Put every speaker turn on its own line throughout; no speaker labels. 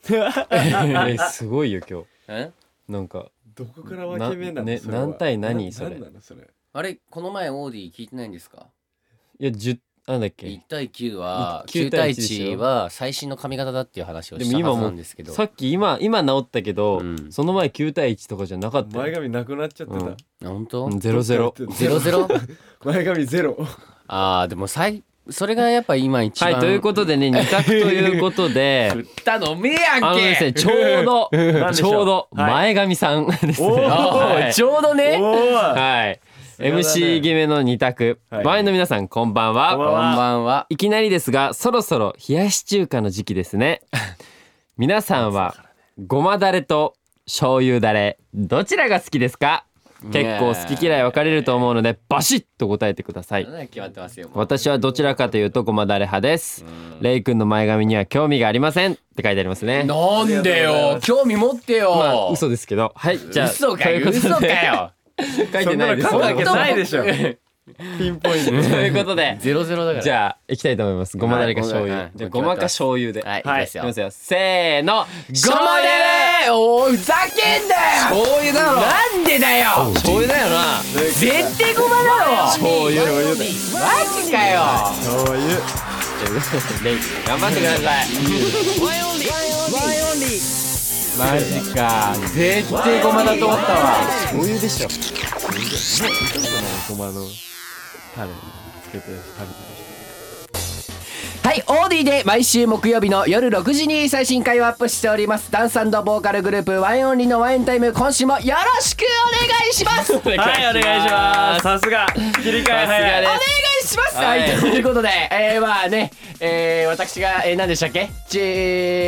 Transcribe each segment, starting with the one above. えーすごいよ今
え
日なんか
どこから分け目なの
な
それは
ね何対何
な
それ
何なのそれ
あれこの前オーディ聞いてないんですか
いや10なんだっ
1
け
対9はい
9対
9対
1ですよ
1は最新の髪型だっていう話を
で
し
も
た
今
は
も
ずなんですけど
さっき今今治ったけど、
うん
その前9対1とかじゃなかった
前
よ
髪なくなっちゃって
う
た、
ん
あ本当
ゼロゼロ
ゼロゼ ロ
前髪ゼロ
あーでも最それがやっぱ今一
は
番
いということでね2択ということで
たのめやん
あのですねちょうど
何で
ち
しょう
ょうど
はい
前髪さんですね
おー
はいちょうど
お
ね
ー
はい
がだね
MC 決めの2択
はい
前の皆さんこんばんは
こんば
こんばんはい
きなりですがそろそろ冷やし中華の時期ですね皆さんはごまだれと醤油だれどちらが好きですか結構好き嫌い分かれると思うのでバシッと答えてください
なんだっけ決まってますよもう
私はどちらかというとごまだれ派ですレイ君の前髪には興味がありませんって書いてありますね
なんでよ興味持ってよ、
まあ嘘ですけどはいじゃあ
嘘かよ
ということ
嘘
で
かよ
書いてないです
そんなの書くわ けないでしょ
ピンポイント ということで
ゼロゼロだから
じゃあ行きたいと思いますごまだれか醤油、
はいはい
じゃあごまか醤油で
はい、
はい
い、です
い
よ
きますよせーの
ごまだれおおふざけんなよ
醤油だろ
なんでだよ
醤油だよな
絶対ごまだろ
醤油
醤油だ
マジかよ
そういう
レイ頑張ってくださいマジか絶対ごまだと思ったわ醤油でしょ
ごまのタレにつけて食べて
はいオーディで毎週木曜日の夜6時に最新回をアップしておりますダンスボーカルグループワインオンリーのワインタイム今週もよろしくお願いしますお願い
はいお願いしますさすが切り替え早い
さ
します
は
はいい、ということでえー、まあねえー、私が、えー、何でしたっけち冷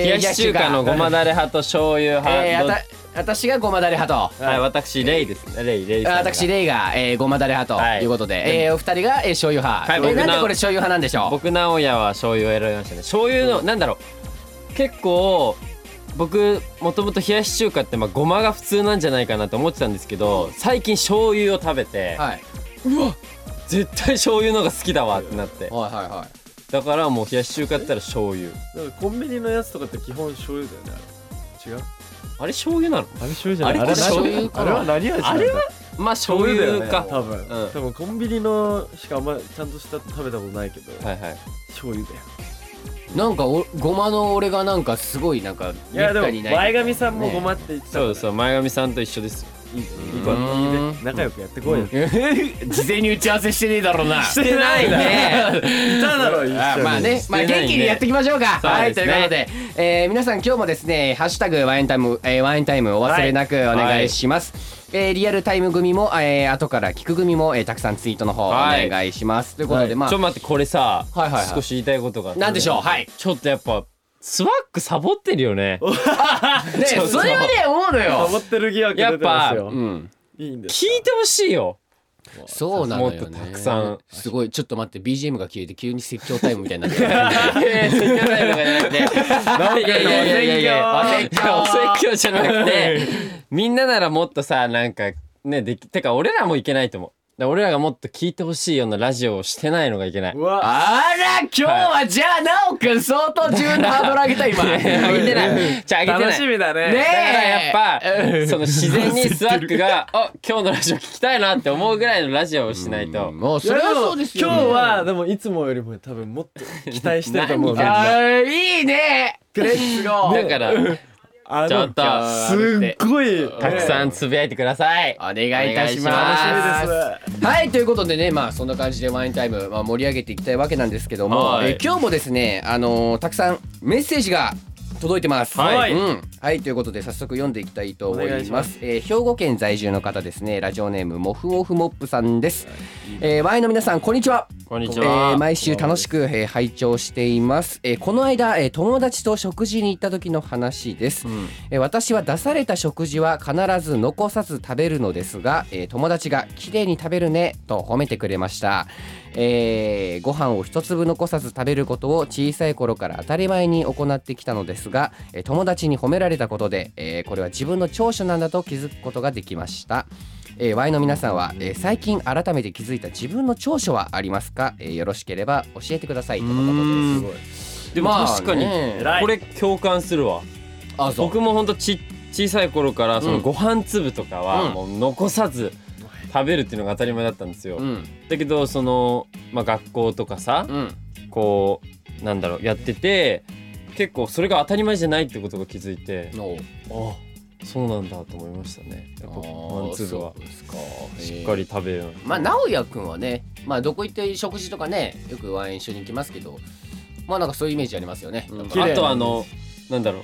冷やし中華のごまだれ派と醤油派、
えー、あ
ど
た私がごまだれ派と
はい、私レイです。レイレイさんが。
私レイが、えー、ごまだれ派と
はい
いうことで、えー、お二人が、えー、醤油派、
はい
えー
僕な
なんでこれ醤油派なんでしょ
僕直哉は醤油を選びましたね。醤油の、なんだろう。結構僕もともと冷やし中華ってまあごまが普通なんじゃないかなと思ってたんですけど、最近醤油を食べて、
うはい、
絶対醤油のが好きだわってなって。
はいはいはい
だからもう冷やし中華って言ったら醤油。
なんかコンビニのやつとかって基本醤油だよねあれ違う
あれ醤油なの？
あれ醤油じ
ゃないあれ
何
醤油
か
あれは何味なんだ
あれはまあ醤
醤油だよ
油
ね
か。
多分、
うん
多分コンビニのしかあんまちゃんとした食べたことないけど、
はいはい。
醤油だよ
なんかおごまの俺がなんかすごいなんか
いやで
めったにな
も
い
前髪さんもごまって言ってたか
そ
ら、
うそう前髪さんと一緒です。
いいねいい
うん
ねいいね仲良くやってこいよ、
えへへ事前に打ち合わせしてねえだろうな
してないね。
いただろ一緒 に
あまあね、まあ元気にやっていきましょうか。
そう
はい、
です
と
ね
いうことで、えー皆さん今日もですね、ハッシュタグワインタイム、えーワインタイムお忘れなくお願いします。えーリアルタイム組も、えー後から聞く組も、えーたくさんツイートの方お
はい
願いします。ということで、ま
ちょ
あ、
待ってこれさ、
はいはいはい
少し言いたいことがあって
なんでしょうはい
ちょっとやっぱスワックサボってるよね
ね、
ちょっと
それはね、思うの
サ
よ。
ボってる疑惑出てますよ
うん、
いいんです
聞いてほしいよ
そうなのよ、ね、
もっとたくさん
すごいちょっと待って BGM が消えて急に説教タイムみた いになってる
いやいやいやいやいや
お説教
お説教じゃなくてみんなならもっとさなんかねできてか俺らもいけないと思うだから俺らがもっと聞いてほしいようなラジオをしてないのがいけないう
わ
あら今日はじゃあなおくん相当自分のハードル上げた 今
上げてないじゃあ上げてない
楽しみだね
ね
だからやっ
え
ぱその自然にスワックが「あ今日のラジオ聞きたいな」って思うぐらいのラジオをしないと
もうそれはそうですよ、
今日はでもいつもよりも多分もっと期待してると思う
何
あ
あーいいねクレッツゴー
だから
の
ちょっと
すっごい
たくさ
ん
んつぶやいてください。
お願いいたし
お願
ます
楽しみです
はいということでねまあそんな感じでワインタイム、まあ、盛り上げていきたいわけなんですけども、
はい
えー今日もですねあのーたくさんメッセージが届いてます。
はい
うんはいということで早速読んでいきたいと思い
お願
ま
い
す。
しま
えー兵庫県在住の方ですねラジオネームモフモフモップさんです。えー、ワインの皆さんこんにちは。
こんに
えー毎週楽しく、えー拝聴しています、えーこの間、えー友達と食事に行った時の話です、えー私は出された食事は必ず残さず食べるのですが、えー友達が綺麗に食べるねと褒めてくれました、えーご飯を一粒残さず食べることを小さい頃から当たり前に行ってきたのですが、えー友達に褒められたことで、えーこれは自分の長所なんだと気づくことができましたえー、Y の皆さんは、えー最近改めて気づいた自分の長所はありますか、えーよろしければ教えてくださいとのことです
でも確かに
まあね
これ共感するわ。
あそう
僕もほんとち小さい頃からそうの
ん
ご飯粒とかは
うん
もう残さず食べるっていうのが当たり前だったんですよ、
うん
だけどその、まあ、学校とかさ、
うん
こうなんだろうやってて結構それが当たり前じゃないってことが気づいて
お
あそうなんだと思いましたねやっぱワンツーブは
そうですか
しっかり食べるように
まあ直哉くんはねまあどこ行って食事とかねよくワン一緒に行きますけどまあなんかそういうイメージありますよね、
うん
だから
あ
麗
と
な
あのなんだろう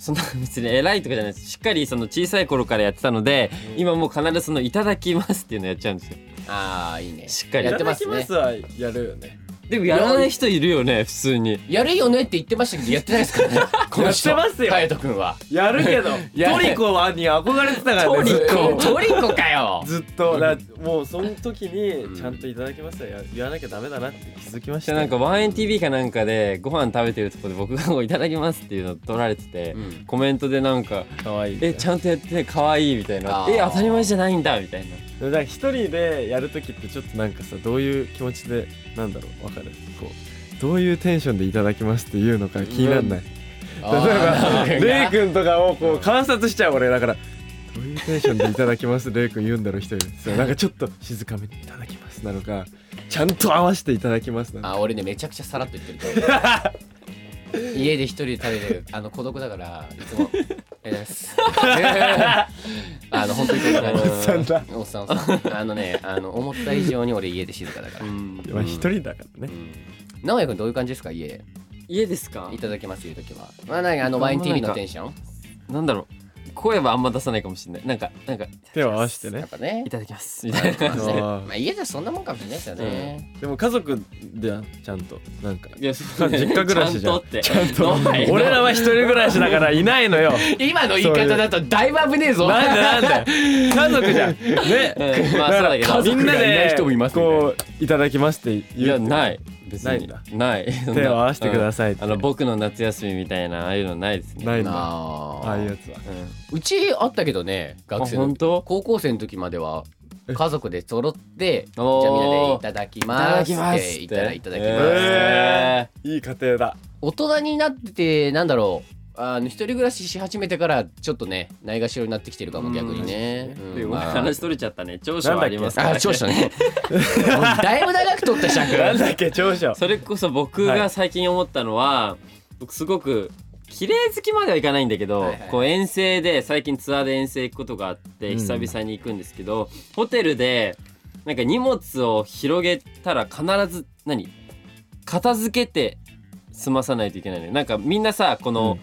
そんな別に偉いとかじゃないですしっかりその小さい頃からやってたので、
うん
今もう必ずその「いただきます」っていうのやっちゃうんですよ
ああいいね
しっかり
やってま
い
す
ただ
ね
きますはやるよね
でもやらない人いるよね普通に
やるよねって言ってましたけどやってないですからねこの人
やってますよ
隼人君は
やるけど
や
トリコはに憧れてたからね
トリコ
トリコかよ
ずっとだからもうその時
うん
にちゃんといただきますよや言わなきゃダメだなって気づきま
じ
し
ゃ
た
あなんか
よ
「ワンエン TV」かなんかでご飯食べてるとこで僕がこう「いただきます」っていうの撮られてて、
うん
コメントでなんか
かわいい
えちゃんとやってて可愛いみたいな
あー
え当たり前じゃないんだみたいな
でもなんか一人でやる時ってちょっとなんかさどういう気持ちでなんだろうわかるこうどういうテンションでいただきますっていうのか気になんない、
あー
例えばレイ君とかをこう観察しちゃう俺だからどういうテンションでいただきますレイ君言うんだろう一人でそうなんかちょっと静かめにいただきますなのかちゃんと合わせていただきますなのか
あ俺ねめちゃくちゃさらっと言ってると思 う家で一人で食べてるあの孤独だからいつも「えす」 あの本当に孤独だ
おっさ
んだ
おっさんおっさんあのねあの思った以上に俺家で静かだから
まあ一人だからね、
直哉君どういう感じですか家
家ですか
いただきますいう時はまあなんかあのワイン TV のテンション
なんだろう声はあんま出さないかもしれないなんかなんか
手を合わせて
や
ね
っぱね
いただきますみたいな
ま
感じ
あ
で
ー
あ家じゃそんなもんかもしれないですよね
でも家族ではちゃんとなんか
いや そうね
実家暮らしじゃ
ちゃん
ん
とって
ちゃんと
ノー
俺らは一人暮らしだからいないのよ
今の言い方だとだいぶ危ねえぞ
なんでなんだよ家族じゃんね
うんまあそうだけど
み
家族が
んな
いない
で
人もいますみたいな
こういただきますって
い
言
や
う
ない別
ないん
に
だ
ない手
手を合わせてくださいって
あの僕の夏休みみたいなああいうのないですね
ない ん
な
だあ
あ
あいうやつは
うん
うちあったけどね学生
あ
の
本当
高校生の時までは
え
家族で揃ってじゃ
おー
あみんなでいただきます
いただきますって
いただいただきます、
え
いい家庭だ
大人になっててなんだろうあの一人暮らしし始めてからちょっとねないがしろになってきてるかも逆にね、
ー
うん
で
まあ
話取れちゃったね長所はありますから
あ
ね
長所ねもうだいぶ長く取った尺
なんだっけ長 所
それこそ僕
は
が
い
最近思ったのは、僕すごく綺麗好きまではいかないんだけど、
はいはい
こう遠征で最近ツアーで遠征行くことがあって
うん
久々に行くんですけど、ホテルでなんか荷物を広げたら必ず何片付けて済まさないといけないのよなんかみんなさこの、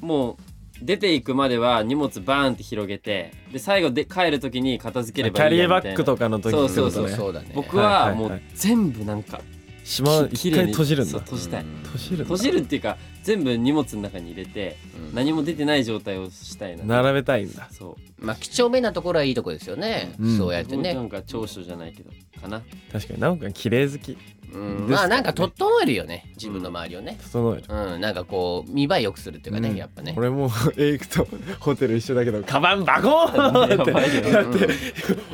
もう出ていくまでは荷物バーンって広げてで最後で帰る時に片付けれ
キ
ばいいや
ャリー
みたいな
バッグとかの時
そう
そう
そ
そうう
そ
そうだね
僕
はい
は
はい
も
は
う
い
全部なんか
しまう
き
一回閉じるん
そ
だ
う閉じたい、
うん
閉じるんだ
閉じるっていうか全部荷物の中に入れて
うん
何も出てない状態をしたいな
並べたいんだ
そう
まあ几帳面なところはいいとこですよね、
うん
そうやって
な
ね、
んか長所じゃないけどかな
確かになおくん綺麗好き
うん
です
まあなんか整えるよね自分の周りをね、
整える
うん、なんかこう見栄え良くするっていうかね、
うん
やっぱね。
俺もうエイクとホテル一緒だけどカバンバコ
や
ーンって
ばいよ
だって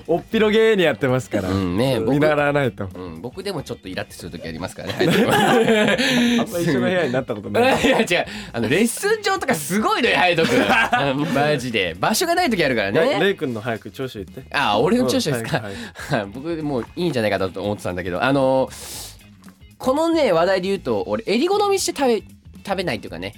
おっぴろげーにやってますから
うんね
見
僕
習わないと
うん、僕でもちょっとイラってする時ありますからね。 は
あんま一緒の部屋になったことない
いいや違うあのレッスン場とかすごいのよ隼人君マジで場所がない時あるから
えレ
ね
イ君の早く長所言って
ああ俺の長所ですか
うんはいはい
僕もういいんじゃないかなと思ってたんだけどあのこのね話題で言うと俺襟好みして食べ食べないっていうかね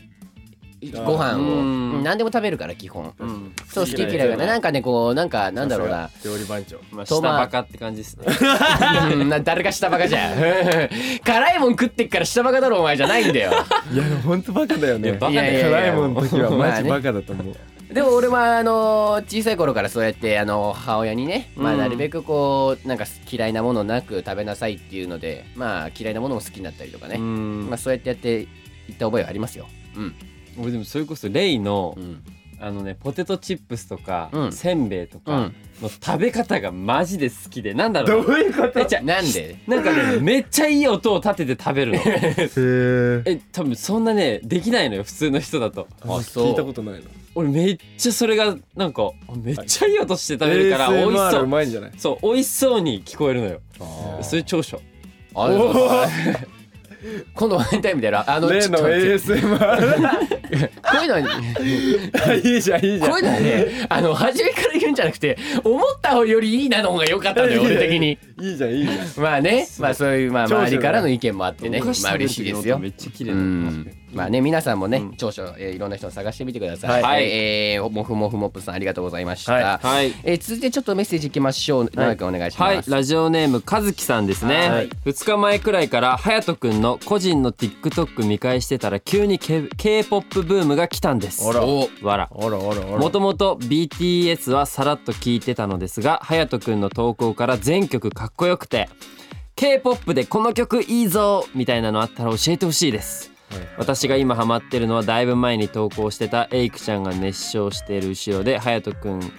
あー
ご飯を
うん
うん何でも食べるから基本
うん
そう好き嫌いがねなんかねこうなんかなんだろうな
さすが料理番長
まあ
と
下
まあ
バカって感じですね
うんな誰か下バカじゃん 辛いもん食ってっから下バカだろお前じゃないんだよ
いやでも本当バカだよ
い
ね
やバカ
だよ
辛いもんの時は
まあ
マ
ね
ジバカだと思う
でも俺はあのー小さい頃からそうやってあのー母親にね、まあ、
うん
なるべくこうなんか嫌いなものなく食べなさいっていうのでまあ嫌いなものも好きになったりとか
う
ね、
ん
まあ、そうやってやっていった覚えはありますようん
俺でもそれこそレイの
うん
あのねポテトチップスとか
うん
せんべいと
う
か
ん
の食べ方がマジで好きでなんだろう
ういう こと
えじゃあ
なんで
なんかね めっちゃいい音を立てて食べるの
へえ
え多分そんなねできないのよ普通の人だと
あそう
聞いたことないの
俺めっちゃそれがなんかあめっちゃいい音して食べるから美味し
ASMR
そうう
まいんじゃない
そう美味しそうに聞こえるのよ
あ
そういう長所
ありがとうございます今度ワインタイムでやろうあの
例
ちょっ
の
と待って
ASMR
こういうのはね
いいじゃんいいじゃん
こういうのはねあの初めから言うんじゃなくて思ったよりいいなの方が良かったのよ俺的に
いいじゃんいいじゃん
まあねまあそういうまあ
長所だね
周りからの意見もあってね
お菓子食べてる
まあ嬉しいです
音
よ
めっちゃ綺
う
麗だね
んまあね皆さんもね、長所、えーいろんな人を探してみてください。
はい
えーもふもふもっぷさんありがとうございました。
はい
はい
えー続いてちょっとメッセージいきましょう。直くんお願いします。
はい、ラジオネーム和樹さんですね、
はい
2日前くらいから隼人くんの個人の TikTok 見返してたら急に K- K-POP ブームが来たんです
あら
お
わら
あらあらあ
もともと BTS はさらっと聞いてたのですが隼人くんの投稿から全曲かっこよくて K-POP でこの曲いいぞみたいなのあったら教えてほしいです私が今ハマってるのはだいぶ前に投稿してたエイクちゃんが熱唱している後ろで隼人くん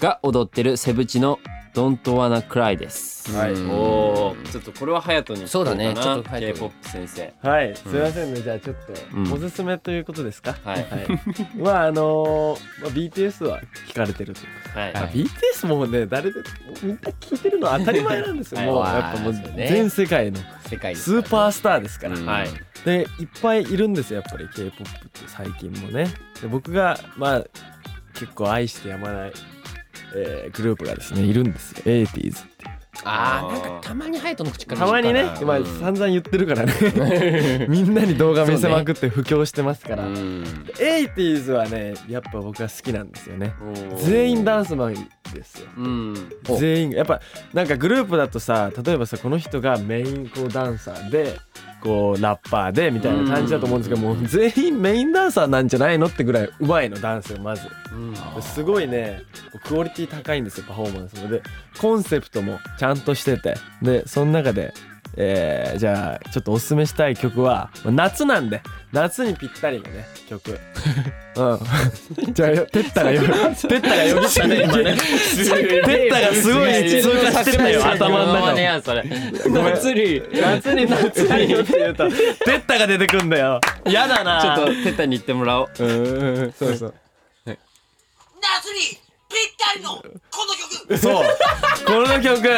が踊ってるセブチの「Don't Wanna Cry」です、
はい
おーちょっとこれは隼人に
そうだねちょっと隼人
K-POP 先生
はい、すいませんね、じゃあちょっ
うん
とおすすめということですか、
はい
はい、まああのーまあ、BTS は聞かれてるという
はい
か、まあ BTS もね誰でもみんな聞いてるのは当たり前なんですよ、
はい
もう
はい
やっぱもう
そうですよね
全世界の
世界
スーパースターですから、
うん
はい
でいっぱいいるんですよやっぱり k p o p って最近もねで僕がまあ結構愛してやまない、えーグループがですねいるんですよ 80s って
あーなんかたまにハヤトの口から
たまにね、
聞くか
ま
な
あ、散々言ってるから ねみんなに動画見せまくって布教してますから、
うん
80s はねやっぱ僕は好きなんですよね
おー
全員ダンスマンですよ
うん
お
全員がやっぱなんかグループだとさ例えばさこの人がメインこうダンサーでこうラッパーでみたいな感じだと思うんですけどもう全員メインダンサーなんじゃないのってぐらい上手いのダンスがまず
うん
すごいねクオリティ高いんですよパフォーマンスもでコンセプトもちゃんとしててでその中で、えーじゃあちょっとおすすめしたい曲はまあ夏なんで夏にぴったりのね曲うんじゃあよテッタがよテッタがよぎったね今ねペッタがすごい通過してたよ頭の中を
ねそれ
ごめん
夏に
夏に夏にって言うとペッタが出てくんだよやだな
ちょっとテッタに言ってもらおう
うーんそうそう
夏にぴったりのこの曲
そうこの曲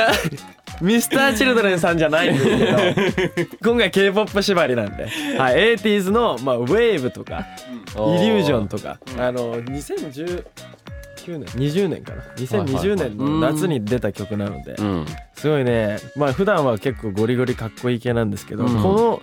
ミスターチルドレンさんじゃないんですけど今回 k p o p 縛りなんで、はい、80s の、まあ、ウェーブとかイリュージョンとか、あの2019年20年かな2020年の夏に出た曲なので、
うん
すごいねまあ普段は結構ゴリゴリかっこいい系なんですけ
う
ど、
ん
この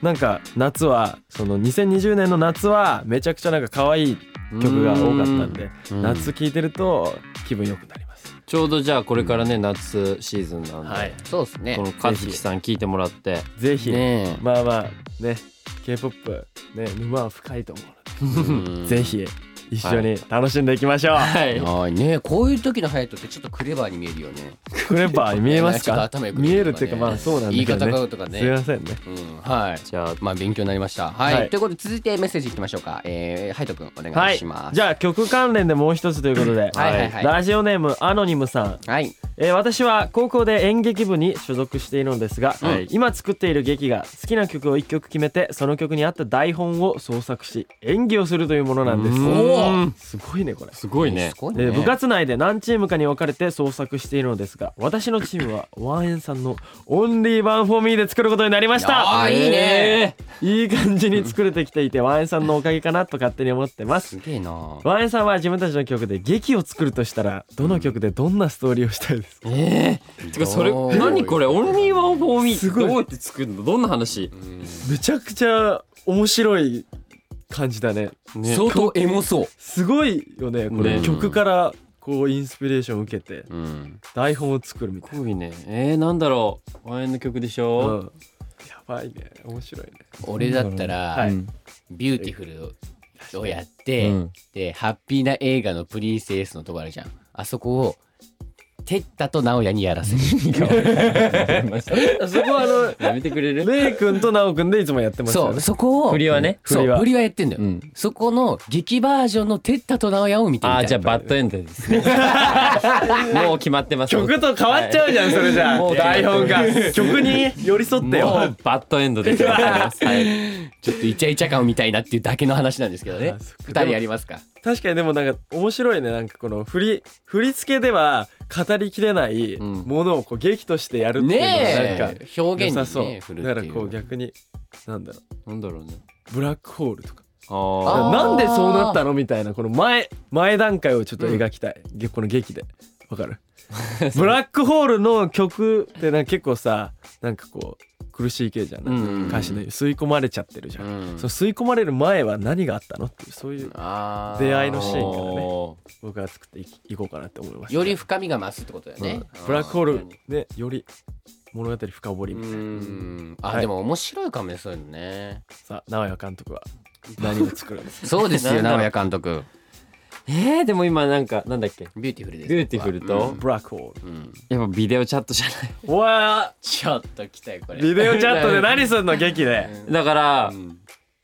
なんか夏はその2020年の夏はめちゃくちゃなんか可愛い曲が多かったんで
うん
夏聴いてると気分良くなります。
ちょうどじゃあこれからね夏シーズンなんで、
はい
そうですね
この和樹さん聞いてもらって
ぜひ、
ね
まあまあね K-POP ね沼は深いと思う
え
の で、ぜひ一緒に楽しんでいきましょう、
はい
はいねこういう時のハヤトってちょっとクレバーに見えるよ ね
クレバーに見えます
ちょっと
か
頭良く見
見
え
え
る
る
と
っ
かね
ていうかまあそうなん
言
だ
い
け
方
どね
がとか
すい
ね
ませんね
うんはい
じゃあ
まあ勉強になりましたはい、
はい
ということで続いてメッセージいきましょうかえー、ハヤトくんお
は
願い
い
します
じゃあ曲関連でもう一つということで
はいはいはい
ラジオネームアノニムさん
はい
えー私は高校で演劇部に所属しているのですが、
はい
今作っている劇が好きな曲を1曲決めてその曲に合った台本を創作し演技をするというものなんで
う
す
ーん
すごいねこれ
すごいね
すごいね
えー部活内で何チームかに分かれて創作しているのですが私のチームはワンエンさんの「オンリーワンフォーミーで作ることになりまし
あ
た
ーいいね
いい感じに作れてきていてワンエンさんのおかげかなと勝手に思ってます
すげえな
ワンエンさんは自分たちの曲で劇を作るとしたらどの曲でどんなストーリーをしたいですか
ええてかそれ
すごい
何これオンリーワンフォーミ
す
ー
ごい
どうやって作るのどんな話、
めちゃくちゃ面白い感じだね
ね
相当エモそう
すごいよねこれ
ね
曲からこうインスピレーションを受けて
うん
台本を作るみたい
すごいねえー、なんだろう応援の曲でし
な、
ょ、
うんやばいね面白いね
俺だったら、
はい
ビューティフルをやって、
うん
でハッピーな映画のプリンセスのとこあるじゃんあそこをテッタと直哉にや らせる
そこはあの
やめてくれる
レイ君とナオ君でいつもやってますよ
そ
ね
うそこを
振りはね
そう
振りは
振りはやってんだよ、
ん
そこの劇バージョンのテッタと直哉を見てみ
あ
たい
ーじゃあバッドエンドですねもう決まってます
曲と変わっちゃうじゃんそれじゃ
も
あ
う
台本 が曲に寄り添ってよ
もうバッドエンドですよはい
ちょっとイチャイチャ感を見たいなっていうだけの話なんですけどね
あそっか
二人やりますか
確かにでもなんか面白いねなんかこの振り振り付けでは語りきれない
うん
ものをこう劇としてやるっていうの
ね
がなんか
え表
良
現
さそう、
にね振る
だ
っ
か
てい
ら
う
こう逆になんだろ
なんだろうね
うブラックホールとか
あ
あー
なんでそうなったのみたいなこの前前段階をちょっと描きたい、げこの劇で わかるブラックホールの曲ってなんか結構さなんかこう苦しい系じゃんない、
うん
歌詞の吸い込まれちゃってるじゃん、
うん
そう吸い込まれる前は何があったのっていうそういう
あー
出会い
あ
のシーンからね
おー
僕は作っていきいこうかなって思います、
より深みが増すってことだよ
うん
ね、
ブラックホー
う
ル
ん
ねより物語深掘り
う
みたいな、
んあ、
はい
でも面白いかもねそういうの ね
さあ直哉監督は何を作るんですか
そうですよ
なんだ
直
ろう
哉監督
えー、でも今なんかなんだっけ
ビューティフルです
ビューティフルと
ブラックホー
うんうん
やっぱビデオチャットじゃない
ルうわ
ちょっと来たよこ
ー
れ
ビデオチャットで何すんの劇で
だから、
うん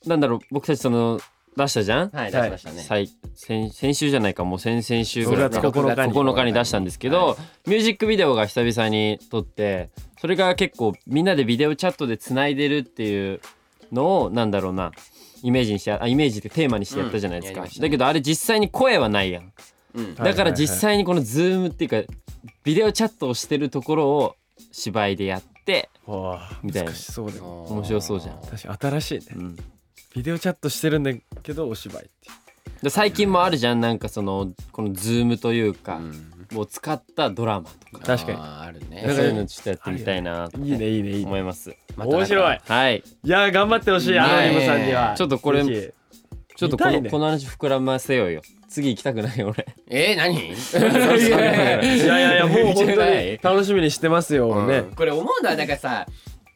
なんだろう僕たちその出したじゃん、
はい出しましたね、
さい先先週じゃないかもう先々週ぐらい
5月9日に
9日に出したんですけど、
は
ミュージックビデオが久々に撮ってそれが結構みんなでビデオチャットでつないでるっていうのをなんだろうなイメージにしてあイメージってテーマにしてやったじゃないです
うん
か、
やりましたね
だけどあれ実際に声はないやん
うん
はい
だから実際にこのズームっていうかビデオチャットをしてるところを芝居でやって
わあ
みたいな
難しそうでも
面白そうじゃん
確かに新しいね
うん
ビデオチャットしてるんだけどお芝居っていう
で最近もあるじゃんなんかそのこのズームというか、
うん
を使ったドラマとか
確かに
あーあるね
そういうのちょっとやってみたいなと
いいねいいねいい
思い
ね
ます
またなんか
面白い
はい
いやー頑張ってほしい
ね
アナリムさんには
ちょっとこれ
ぜ
ちょっとこの,、
見たいね
この話膨らませようよ次行きたくない俺
えー、 何
ひ いやいやいやもう 本
見て
当
ない
に楽しみにしてますよ俺ね
うんこれ思うのはなんかさ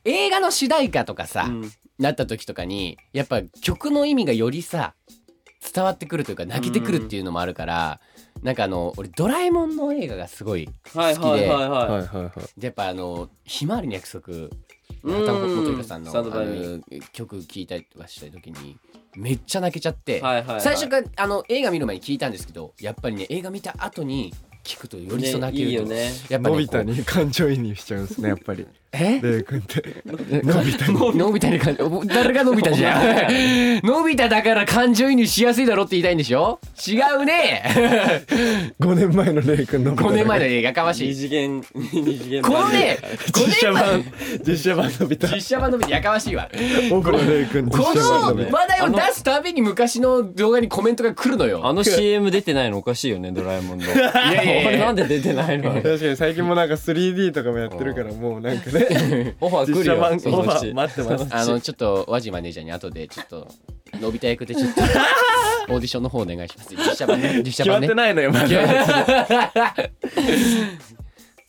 映画の主題歌とかさ、
うん
なった時とかにやっぱ曲の意味がよりさ伝わってくるというか泣けてくるっていうのもあるから、なんかあの俺ドラえもんの映画がすごい
はい
はいはい
は
はいはいはい
でやっぱあの「ひまわりの約束」
うん
畑岡元宏さんの
サンドバイミ
あの曲聴いたりとかした時にめっちゃ泣けちゃって、
はいはいはい
最初からあの映画見る前に聞いたんですけどやっぱりね映画見た後に聞くとより一層泣けると、
ねいいよね
やっぱ
の
ね
び
こ
太
う
に感情移入しちゃうんですねやっ ぱり
え
でこうやってのび太に
のび太に感じ誰がのび太じゃんのび太だから感情移入しやすいだろって言いたいんでしょ違うね
5年前のレイ君の
5年前の映画かまし
二
い
次元二次元
この
版で
ね
実写版実写版のび太
実写版のび太やかましいわ
僕のレイ君
こ
実写版のび
の
太
話題を出すたびに昔の動画にコメントが来るのよ
あの CM 出てないのお かしいよねドラえもんの
いやいやいや
俺なんで出てないの
確かに最近もなんか 3D とかもやってるからもうなんかね
オファー来
実
る
写
よ
版オ
そのう
ファ
ち
ー待ってます
あのちょっと和地マネージャーに後でちょっとのび太役でちょっとオーディションの方お願いします実写版ね実写
決ま
版
っ
ね
てないのよまだ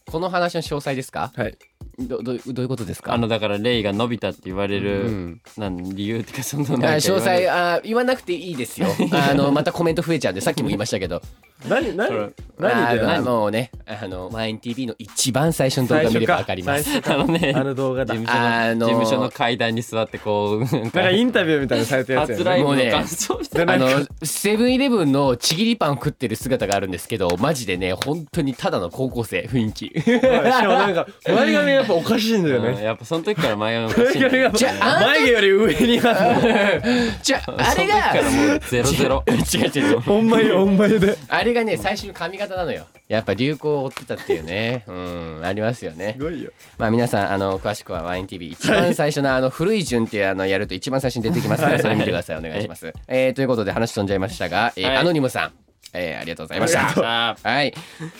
この話の詳細ですか
はい
どどういうどういうことですか
あのだからレイがのび太って言われる、
うん
なん理由っていうかそのなんか
あ
言
詳
われ
細
る
あ言わなくていいですよあのまたコメント増えちゃうんでさっきも言いましたけど
何
そ
何
れ
何で
あのねあのマイン TV の一番最初の動
最
画見
初
れば
か
分かります
最初
あのね
あの動画だ
事務
な
所の
あのー
事務所の階段に座ってこうなん
んかインタビューみたいなのされてるやつ
初
や
ライ
ね
ブの感想 みたいな
で
あ
なん
の
か
セブンイレブンのちぎりパンを食ってる姿があるんですけどマジでね本当にただの高校生雰囲気
はいしかもなんか前髪やっぱおかしいんだよ
うん
ね
やっぱその時から前髪おかしい
前
んだ
髪
よ
が
じゃあ
眉毛より上にある
じゃああ れ
その時か
が
らもうゼロゼ ロ
違う違う違う
ほんまにほんまにで
あれがね最初の髪型なのよやっぱ流行を追ってたっていうねうんありますよね
すごいよ
まあ皆さんあの詳しくはワイン TV 一番最初のあの古い順っていうあのやると一番最初に出てきますからそれ見てくださいお願いします、えーということで話飛んじゃいましたが、えー
はい
アノニムさん、えーありがとうございまし
ありがとう
たはい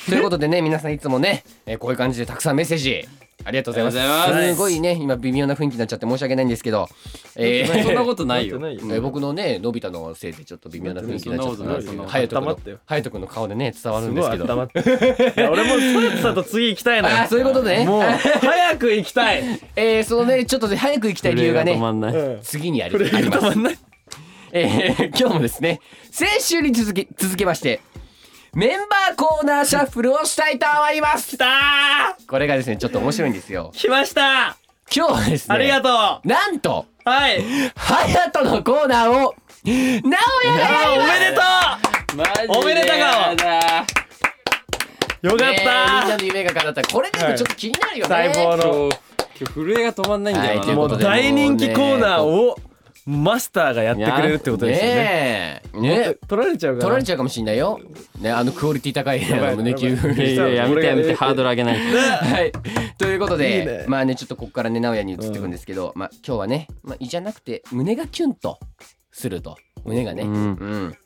ということでね皆さんいつもね、えーこういう感じでたくさんメッセージありがとうございます
ありがとうございます
ごいね今微妙な雰囲気になっちゃって申し訳ないんですけど、え ー
そんなことないよ
なって
えー僕のねのび太のせいでちょっと微妙な雰囲気になっちゃった
そんなことないそんなことない
隼人
温まって
君の
よ
隼人君の顔でね伝わる
す
んで
ご
す
い
けど
温まっていや俺もそうやってたと次行き たいのよ
あーそういうことね
もう早く行きたい
えー、そのねちょっとね早く行きたい理由がね
震え止まんない、
うん
次にあり
これ
ありま
止
す
まんない
えー今日もですね先週に続き続けましてメンバーコーナーシャッフルをしたいと思います
来た
これがですねちょっと面白いんですよ
ー来ました
今日はですね
ありがとう
なんと
はい
隼人のコーナーを直哉がやり
お
ます
めでと
お
おめでたかお
だ
ねえみん
うよかっ
な
た
の夢が叶ったこれでもちょっと気になるよね、
待望の
今日今日震えが止まんないんだよ
は
な、
いという
も
こと
う
で
大人気コーナーをマスターがやってくれるってことですよね。
ねえね
取られちゃうから。
取られちゃうかもしれないよねあのクオリティ高い
ばい
胸キュ
いやいややめてやめてハードル上げないで
はい、ということで
いいね
まあねちょっとここからね直哉に移っていくんですけど、まあ、今日はね、まあ、胃じゃなくて胸がキュンとすると胸がね、う
うんん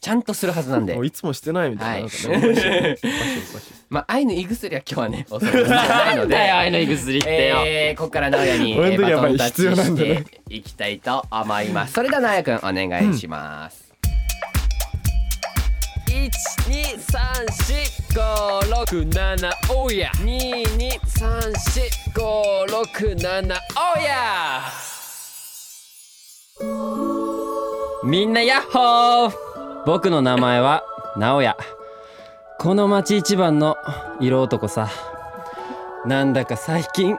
ちゃんとするはずなんで
もう、いつもしてないみたいな。
はい
なんかねおかしいおかしいおかしい
まあ、愛の胃薬は今日はねおすすめしないの
なんだよ
で。
愛の胃薬ってよ、
えー、ここから直哉に、え
俺
ー、
の
バ
時は
ト
や
ン
っ
タッ
ぱり
チ
必要なんだね
していきたいと思います。それでは直哉くんお願いします。
一二三四五六七おや二二三四五六七おやみんなヤッホー僕の名前は直哉この町一番の色男さなんだか最近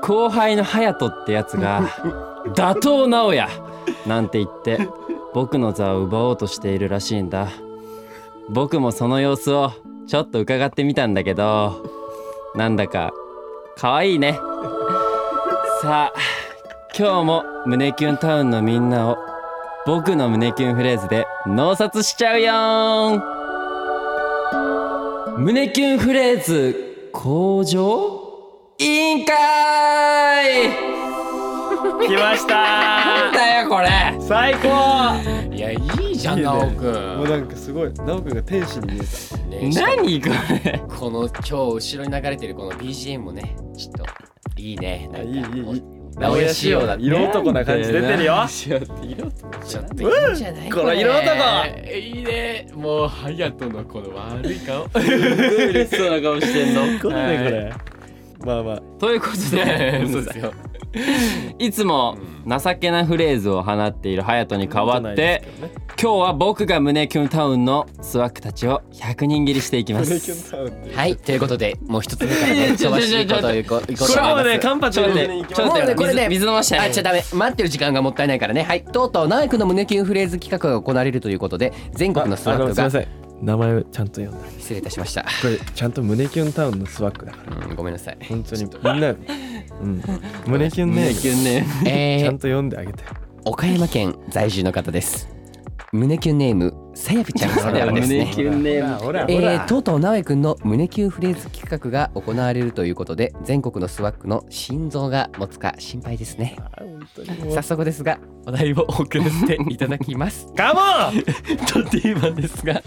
後輩の隼人ってやつが 「打倒直哉」なんて言って僕の座を奪おうとしているらしいんだ。僕もその様子をちょっと伺ってみたんだけどなんだか可愛いね さあ今日も胸キュンタウンのみんなを僕の胸キュンフレーズで脳殺しちゃうよーん胸キュンフレーズ向上委員会
来ました
なんだよこれ
最高
いやいいじゃ
い
ん
いね
直
もう
く
なんかすごい直くんが天使に見え
ん。ね
何これ
この今日後ろに流れてるこの BGM もねちょっといいね
た
ないん
い
か
いいいい
名古屋仕様だね
色男な感じ出てるよ
ちょっといいんじゃない、
この色男
男いいねもうハヤトのこの悪い顔
嬉しそうな顔してんの
これねこれまあまあ
ということで
そうですよ
いつも情けなフレーズを放っている隼人に代わって今日は僕が胸キュンタウンのスワックたちを100人切りしていきま
ブ
す
レイキンタウンって
はいということでもう一つ目から ね
ちょ
飛ばしていこうというこいこうと思います
これはもうねカンパ
ち
チ
ょっと
の
待
上
っ
に行
て
き
ちょ
ま
っと
す
もうねこ
待っ
れ
て水
ね
水飲ましちゃ
あ
ね
ちゃダメ待ってる時間がもったいないからねはいとうとう直くんの胸キュンフレーズ企画が行われるということで全国のスワ
あ
ッ
の
ク
すいま
が
せん名前ちゃんと読んだ
失礼いたしました
これちゃんと胸キュンタウンのスワックだから
うんごめんなさ い
本当にみんなうん胸キュンね
胸キュンね
え
ち
ー
ゃん、と読んであげて
岡山県在住の方です胸キュンネームさやびちゃんさんからですね
胸キュンね
ほら
え
ほ
ー、
ら
とうとう直江くんの胸キュンフレーズ企画が行われるということで全国のスワックの心臓が持つか心配ですね
あ本当にもう
早速ですがお題を送らせていただきます
カモン
とテーマですが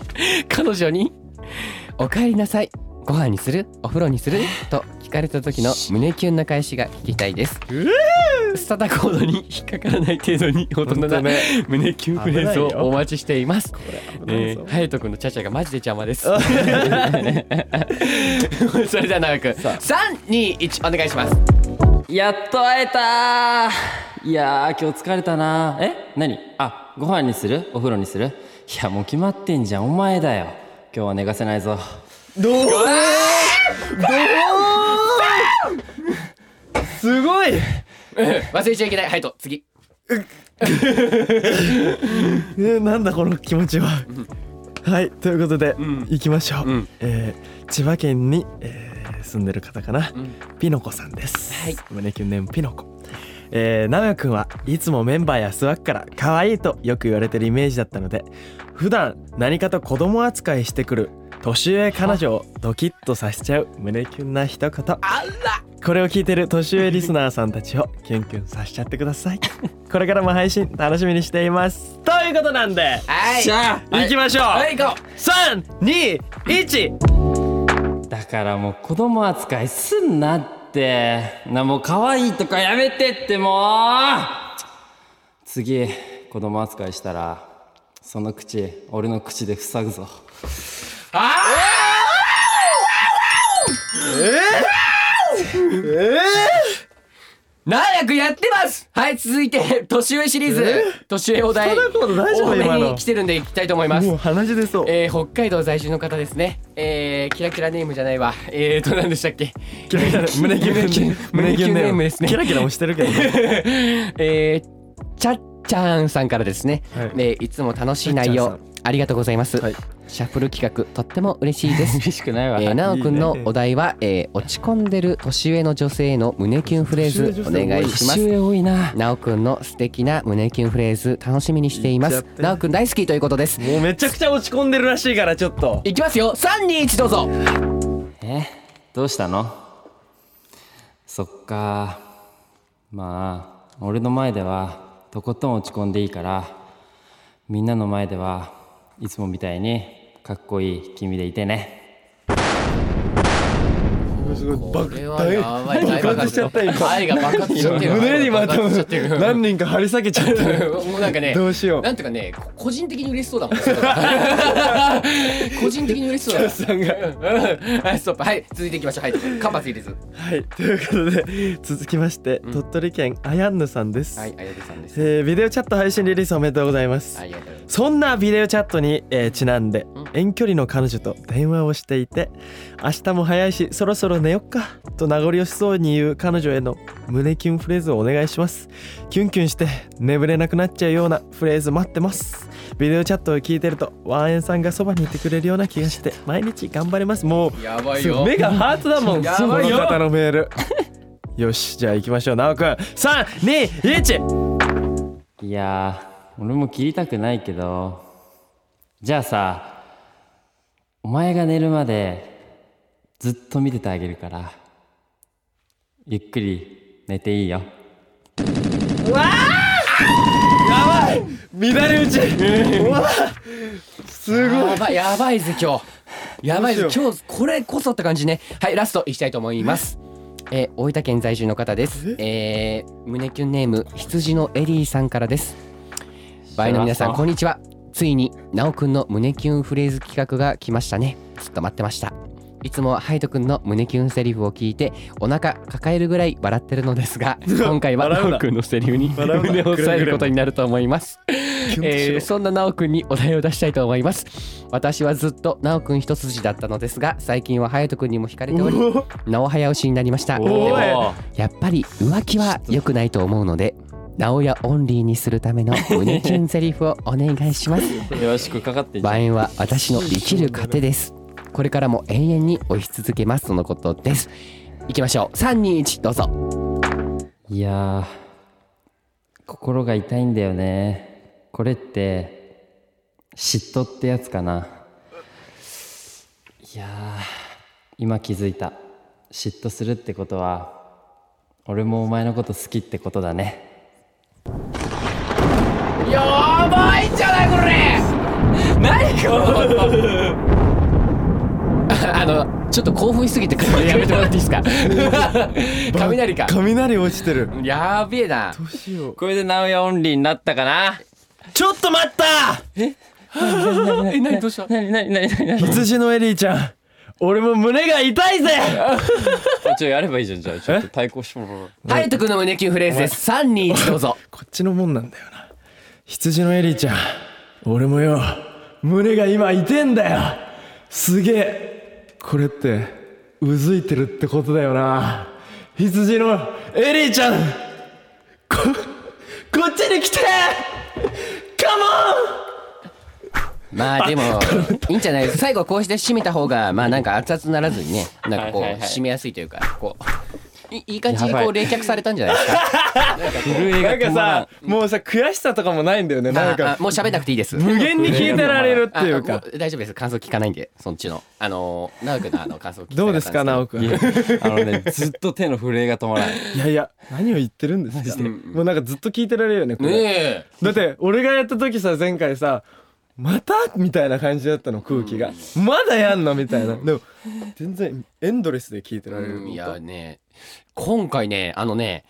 彼女に「おかえりなさいご飯にするお風呂にする?」と聞かれた時の胸キュンな返しが聞きたいです
う
スタダコードに引っかからない程度に大人
本当
な
ね
胸キュンフレーズ
危ない
を
よ
お待ちしています
これ危ない
え
ぞ
ー、ハヤト君のチャチャがマジで邪魔 です。 それでは長く、三二一お願いします。
やっと会えたいやー今日疲れたなえ何あご飯にするお風呂にするいやもう決まってんじゃんお前だよ今日は寝かせないぞ
すごい
忘れちゃいけない。ハヤト次。
えーなんだこの気持ちは。はいということで、行きましょう、えー千葉県に、えー住んでる方かな、ピノコさんです、
はい
胸キュンネームピノコえー、ナくんはいつもメンバーやスワックから可愛いとよく言われてるイメージだったので普段何かと子供扱いしてくる年上彼女をドキッとさせちゃう胸キュンな一言
あら。
これを聞いてる年上リスナーさんたちをキュンキュンさせちゃってください これからも配信楽しみにしていますということなんで
はい。
じゃ
行きましょう、
はい行こ
三二一。
あだからもう子供扱いすんなってなもう可愛いとかやめてってもう次子供扱いしたらその口俺の口で塞ぐぞ
う。長くやってます。はい続いて 年上シリーズ。年上お題。
そんなこと大丈夫
多め
今
に
の
来てるんで行きたいと思います
もう。鼻血出そう。
えー、北海道在住の方ですね。えー、キラキラネームじゃないわ。えーと何でしたっけ。
キラキ ラ胸キュン
胸キュン胸キュンネームですね
キラキラもしてるけどね。
えー、チャッちゃんさんからですね、
はい
えーいつも楽しい内
ちゃん
容
さ
ありがとうございます、
はい
シャッフル企画とっても嬉しいです
嬉しくないわ、
えー、なおくんの
いいね
お題は、えー落ち込んでる年上の女性への胸キュンフレーズお願いしま
年
す。
上多いな
なおくんの素敵な胸キュンフレーズ楽しみにしていま
言っ
す
ちゃっ。て
なおくん大好きということです。
もうめちゃくちゃ落ち込んでるらしいからちょっと
いきますよ。三二一どうぞ。
えどうしたのそっかまあ俺の前ではとことん落ち込んでいいからみんなの前ではいつもみたいにかっこいい君でいてね
すごい爆
い
爆発しちゃった今
愛が爆発しちゃってる。
胸にまた
爆発しちゃってる
何人か張り裂けちゃった
もうなんかね。
どうしよう
なんていうかね、こ個人的に嬉しそうだもん。個人的に嬉しそうだ
さんが
もん。はい、ストップ。はい、続いていきましょう。はい、カンパついてず。
はいということで続きまして、鳥取県あやんぬさんです、
はい、あやてさんです。
えービデオチャット配信リリースおめでとうございます、
ありがとうございます。
そんなビデオチャットに、えーちなんで
うん
遠距離の彼女と電話をしていて明日も早いしそろそろ寝よっかと名残惜しそうに言う彼女への胸キュンフレーズをお願いしますキュンキュンして眠れなくなっちゃうようなフレーズ待ってますビデオチャットを聞いてるとワンエンさんがそばにいてくれるような気がして毎日頑張れますもう
やばい
すご
よ。
い目がハートだもん
やばいよ
この方のメールよしじゃあ行きましょうなおくん321
いやー俺も切りたくないけどじゃあさお前が寝るまでずっと見ててあげるからゆっくり寝ていいよ
乱れ打ちうわすごい
やばいやばいぜ今日やばいぜ
どうし
今日これこそって感じねはいラストいきたいと思いますえー大分県在住の方ですえー胸キュンネーム羊のエリーさんからですバイの皆さんこんにちはついになおくんの胸キュンフレーズ企画が来ましたねずっと待ってましたいつもはハイトくんの胸キュンセリフを聞いてお腹抱えるぐらい笑ってるのですが今回は
笑う
な
な
おくんのセリフに
笑うな
胸を押さえることになると思います
キュンとしろ
えーそんななおくんにお題を出したいと思います私はずっとなおくん一筋だったのですが最近ははやとくんにも惹かれており
うお
なお早押しになりましたで
お
も
い
やっぱり浮気は良くないと思うのでなおやオンリーにするた めの胸キュンセリフをお願いします
よろしくかかってんじゃん
ワインは私の生きる糧ですこれからも永遠に追い続けますとのことですいきましょう321どうぞ
いやー心が痛いんだよねこれって嫉妬ってやつかないやー今気づいた嫉妬するってことは俺もお前のこと好きってことだね
やばいんじゃないこれ何これあのちょっと興奮しすぎてやめてもらっていいですか 雷か
雷落ちてる
やべえな
これでナウヤオンリーになったかな
ちょっと待った
え何どうした
なになになになに
羊のエリーちゃん俺も胸が痛いぜ
ちょやればいいじゃんじゃあちょっと対抗してもらおう
ハヤト君の胸キュンフレーズです321どう ぞ
こっちのもんなんだよな羊のエリーちゃん俺もよ胸が今痛えんだよすげえこれってうずいてるってことだよな羊のエリーちゃんここっちに来てカモン
まあでもいいんじゃないです最後こうして締めた方がまあなんか熱々ならずにねなんかこう
はいはいはい
締めやすいというかこういいい感じに
や
こ
ば
う
い
冷却されたんじゃないですか
震えが
なん
止
か
まらん
さもうさ悔しさとかもないんだよねなん
ああ
か
もう喋んなくていいです
無限に聞いてられるっていう
あ
か
もう大丈夫です感想聞かないんでそっちのあのー直くんのあの感想聞きたかっ
どう
たん
ですか
けど
直くん
いやあのねずっと手の震えが止まらない
いやいや何を言ってるんですかもうなんかずっと聞いてられるよねこれ
ねえ
だって俺がやった時さ前回さ「また?」みたいな感じだったの空気が「まだやんの?」みたいなでも全然エンドレスで聞いてられる
うんいやね今回ねあのね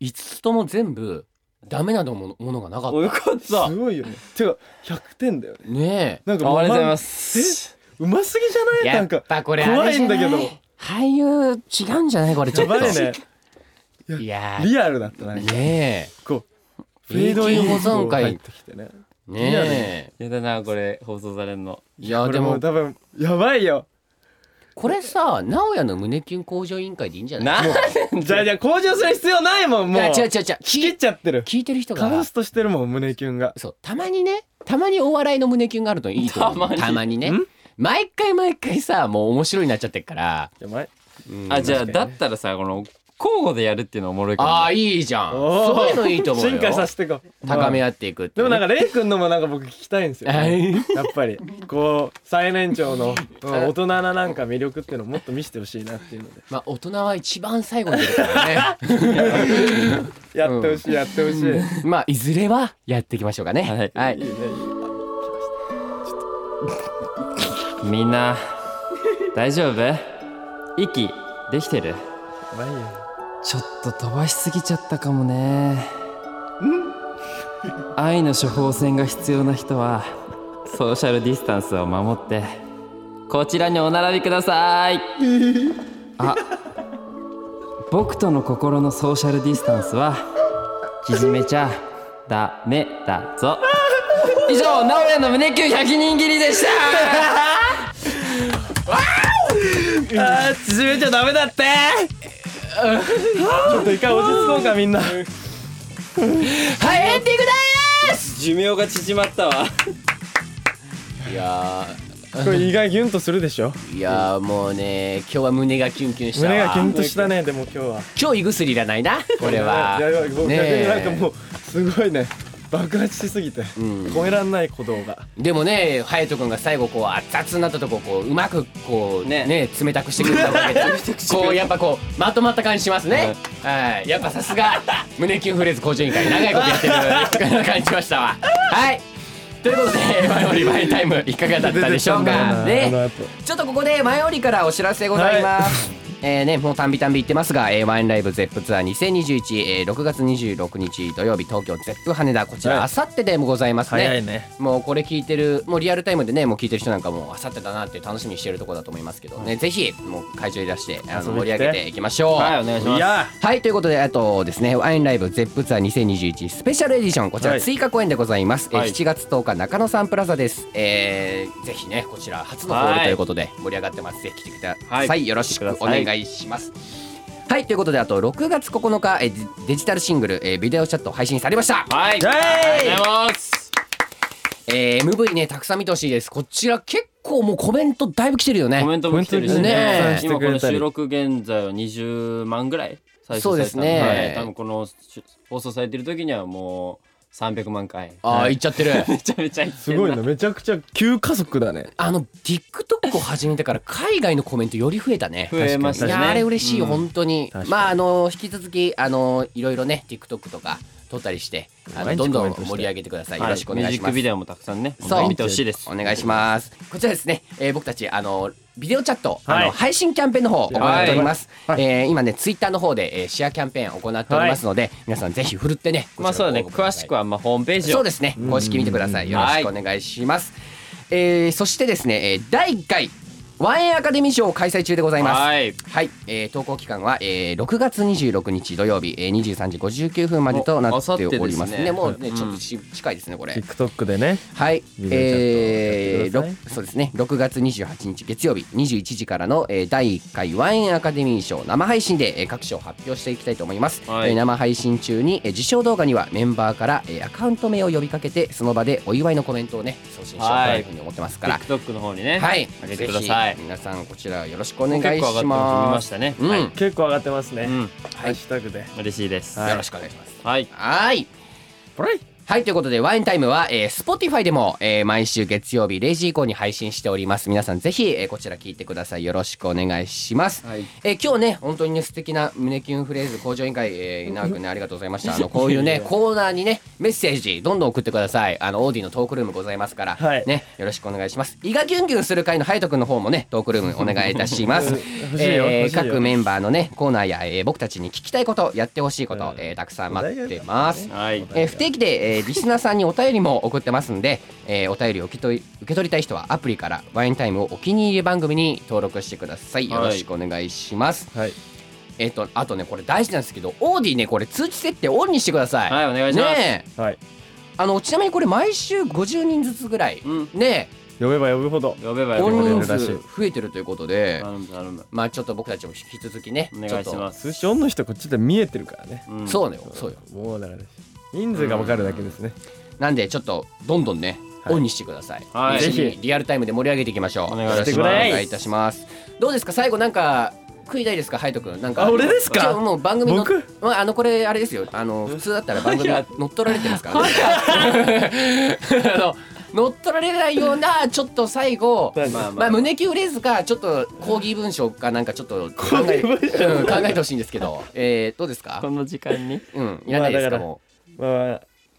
5つとも全部ダメなものものがなかっ
よかっ
すごいよねてか100点だよね
たね
なんか
あありがとうございますす
うますぎじゃ
え
ないな
や
ん
っ
か
ぱこれあ
怖
れ
い
じゃ
ん
な
だ
い
けど
俳優違うんじゃないこれちょ
や
っと
ばいね
いや
リアルだったなんか
ね
こうフェードイン
永久保存会
入ってきてね
えねえ
やだなこれ放送されんの
いや
これ
で
も
も
う多分やばいよ
これさ直哉の胸キュン向上委員会でいいんじゃない
なん
もう
じゃあじゃあ向上する必要ないもんもう
いや違う違う違う
ちきっちゃってる
聞いてる人
カオ
が
スとしてるもん胸キュンが
そうたまにねたまにお笑いの胸キュンがあるといいと思う
たまに
たまにね
ん
毎回毎回さもう面白いになっちゃってるから、
じゃあ前
あじゃあ
確
だ
かに
ったらさこの交互でやるっていうのおもろいかも
ああいいじゃん
おー
そういうのいいと思うよ
進化させていこう
高め
合
合っていくって
で
いう
も
ね、
なんかレイくんのもなんか僕聞きたいんですよ
は
や
い
っぱりこう最年長のうん大人ななんか魅力っていうのをもっと見せてほしいなっていうので
まあ大人は一番最後に出るからね
やってほしいやってほしいいいね
まあいずれはやっていきましょうかね
はい
はい
いいね
みんな大丈夫息できてる
まあいいよ
ちょっと飛ばしすぎちゃったかもね愛の処方箋が必要な人はソーシャルディスタンスを守ってこちらにお並びくださ いあ僕との心のソーシャルディスタンスは縮めちゃダメだぞ以上直哉の胸キュン100人切りでした
あー縮めちゃダメだってちょっと一回落ち着こうかみんな
はいエンディングです
寿命が縮まったわ
いや
これ意外ギュンとするでしょ
ーいやーもうね今日は胸がキュンキュンしたわ
胸がキュンとしたねでも今日は
今日胃薬いらないなこれはい
やいや僕
ね
逆
え
になんかもうすごいね爆発しすぎて超えらんない鼓動が
でもね隼人君が最後こう熱々になったとここううまくこうね
ね
冷たくしてくれたおかげでこうやっぱこうまとまった感じしますねはいやっぱさすが胸キュンフレーズ向上委員会長いことやってる感じしましたわはいということで前より前タイムいかがだったでしょうか
出てたんだろうなあの
ね
後
ちょっとここで前よりからお知らせございます、えーね、もうたんびたんび言ってますが、えーワインライブゼップツアー2021、えー6月26日土曜日東京ゼップ羽田こちら
はい
あさってでもございますね、
早いね
もうこれ聞いてるもうリアルタイムでねもう聞いてる人なんかもあさってだなって楽しみにしてるところだと思いますけどね、ぜひもう会場に出してあの
遊び
盛
に来
り上
て
げていきましょう
はいお願いします
いや
はいということであとですねワインライブゼップツアー2021スペシャルエディションこち
は
ら
い
追加公演でございます、
は
え
い
ー7月10日中野サンプラザです、えーぜひねこちら初のホールということで盛り上がってますぜひ来てください、
は
よろし
来
く
て
お
ください
願いしますはいということであと6月9日えーデデジタルシングル、えービデオチャット配信されました
はいあ
イ
り
エ
が
ー
とうご
イ
ざいます
えー、MV ねたくさん見てほしいですこちら結構もうコメントだいぶ来てるよね
コメントも来てるしね
ねえ
今この収録現在は20万ぐらい再生された
そうですね
はい多分この放送されてる時にはもう300万回
ああいっちゃってる
めちゃめちゃいってん
すごいなめちゃくちゃ急加速だね
あの TikTok を始めてから海外のコメントより増えたね
増えまし
い
たね
やーあれ嬉しい、本当に
確かに
まああの引き続きあのいろいろね TikTok とか撮ったりしてあの
毎日
どんど
コ
ん
メントして
盛り上げてください、
は
よろしくお願いし
ミュ
ま
ージック
す
ビデオもたくさんね
そう
見てほしいです
お願いしますこちらですね、えー僕たちあのビデオチャット、
は
あ
い
の配信キャンペーンの方行っております、
はい
えー今ねツイッターの方で、えーシェアキャンペーン行っておりますので、皆さんぜひ振るってね
まあそうだね
こちらの方ご応募く
詳
ださい
しくはまあホームページ
そう
を
ですね公式見てくださいよろしくお願いします、えーそしてですね、えー第1回ワンエンアカデミー賞を開催中でございますは
はいい
えー投稿期間は、えー6月26日土曜日、えー、23時59分までとなっておりますね
お明後日ですね
もうねちょっとし、近いですねこれ
TikTok でね
はい、
ビ
えー
デオチャットをやってください
ろくそうですね、6月28日月曜日21時からの、えー第1回ワインアカデミー賞生配信で、えー各賞を発表していきたいと思います、
はい
えー生配信中に、えー受賞動画にはメンバーから、えーアカウント名を呼びかけてその場でお祝いのコメントをね送信しようというふうに思ってますから
TikTok の方にね
はい、
上げて
ぜひ
ください
皆さんこちらよろしくお願い
結構上がって
し
るの見
ま
ますしたね
うん
はい
結構上がってますね
うん
ハッシュタグで
嬉しいです
よろしくお願いします
はい
はい
ほらい
はい、ということで、ワインタイムは、えー、Spotify でも、えー毎週月曜日0時以降に配信しております。皆さんぜひ、えーこちら聞いてください。よろしくお願いします。
はい
えー今日ね、本当にね、素敵な胸キュンフレーズ向上委員会、えー、長くね、ありがとうございました。あの、こういうね、コーナーにね、メッセージ、どんどん送ってください。あの、オーディのトークルームございますから、
はい。
ね、よろしくお願いします。胃がギュンギュンする会のハイトくんの方もね、トークルームお願いいたします
欲しいよ
えー
欲しいよ
各メンバーのね、コーナーや、えー僕たちに聞きたいこと、やってほしいこと、えーたくさん待ってます。
はい
えー不定期で、えーリスナーさんにお便りも送ってますんで、えーお便りを受け取り受け取りたい人はアプリからワインタイムをお気に入り番組に登録してくださいよろしくお願いします、
はい
えっ、とあとねこれ大事なんですけどオーディねこれ通知設定オンにしてください、
はいお願いします
ねえ
はい
あのちなみにこれ毎週50人ずつぐらい
うん
ねえ
呼べば呼ぶほど
呼べば呼
大
べば出
人数
る
しい
増えてるということで
頼む頼む
まあちょっと僕たちも引き続きね
お願いしますす
通称の人こっちで見えてるからね
う
そううねそうよ
もうだから人数が分かるだけですね
なんでちょっとどんどんね、
はい
オンにしてください、
はい
一緒
ぜ
にリアルタイムで盛り上げていきましょう
お願いします
よろくお願いいたしますどうですか最後なんか食いたいですかハイト君なんか
あ俺ですか
一応もう番組の
僕
まああのこれあれですよあの普通だったら番組乗っ取られてますから、ね、 あの乗っ取られないようなちょっと最後
まあ
まあま
ま
あ
あ胸キュンレーズかちょっと講義文章かなんかちょっと考え,、うん、考えてほしいんですけど、えー、どうですか
この時間に
うんいらないです
ま
か
あだから
も
まあ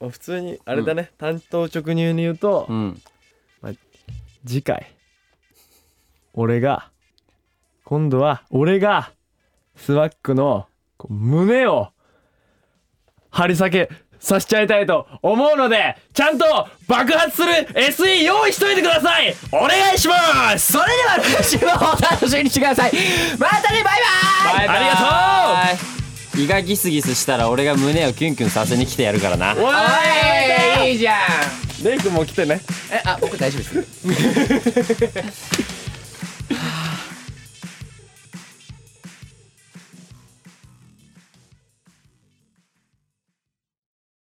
まあ普通にあれだね単刀直入に言うと
うん
次回俺が今度は俺がスワックのこう胸を張り裂けさせちゃいたいと思うのでちゃんと爆発する SE 用意しといてくださいお願いします
それでは来週もお楽しみにしてくださいまたねバイバイ
バイバイ
あ
りがとう胃がギスギスしたら俺が胸をキュンキュンさせに来てやるからな
お
おいいいじゃん
レイ君も来てね
えあ僕大丈夫です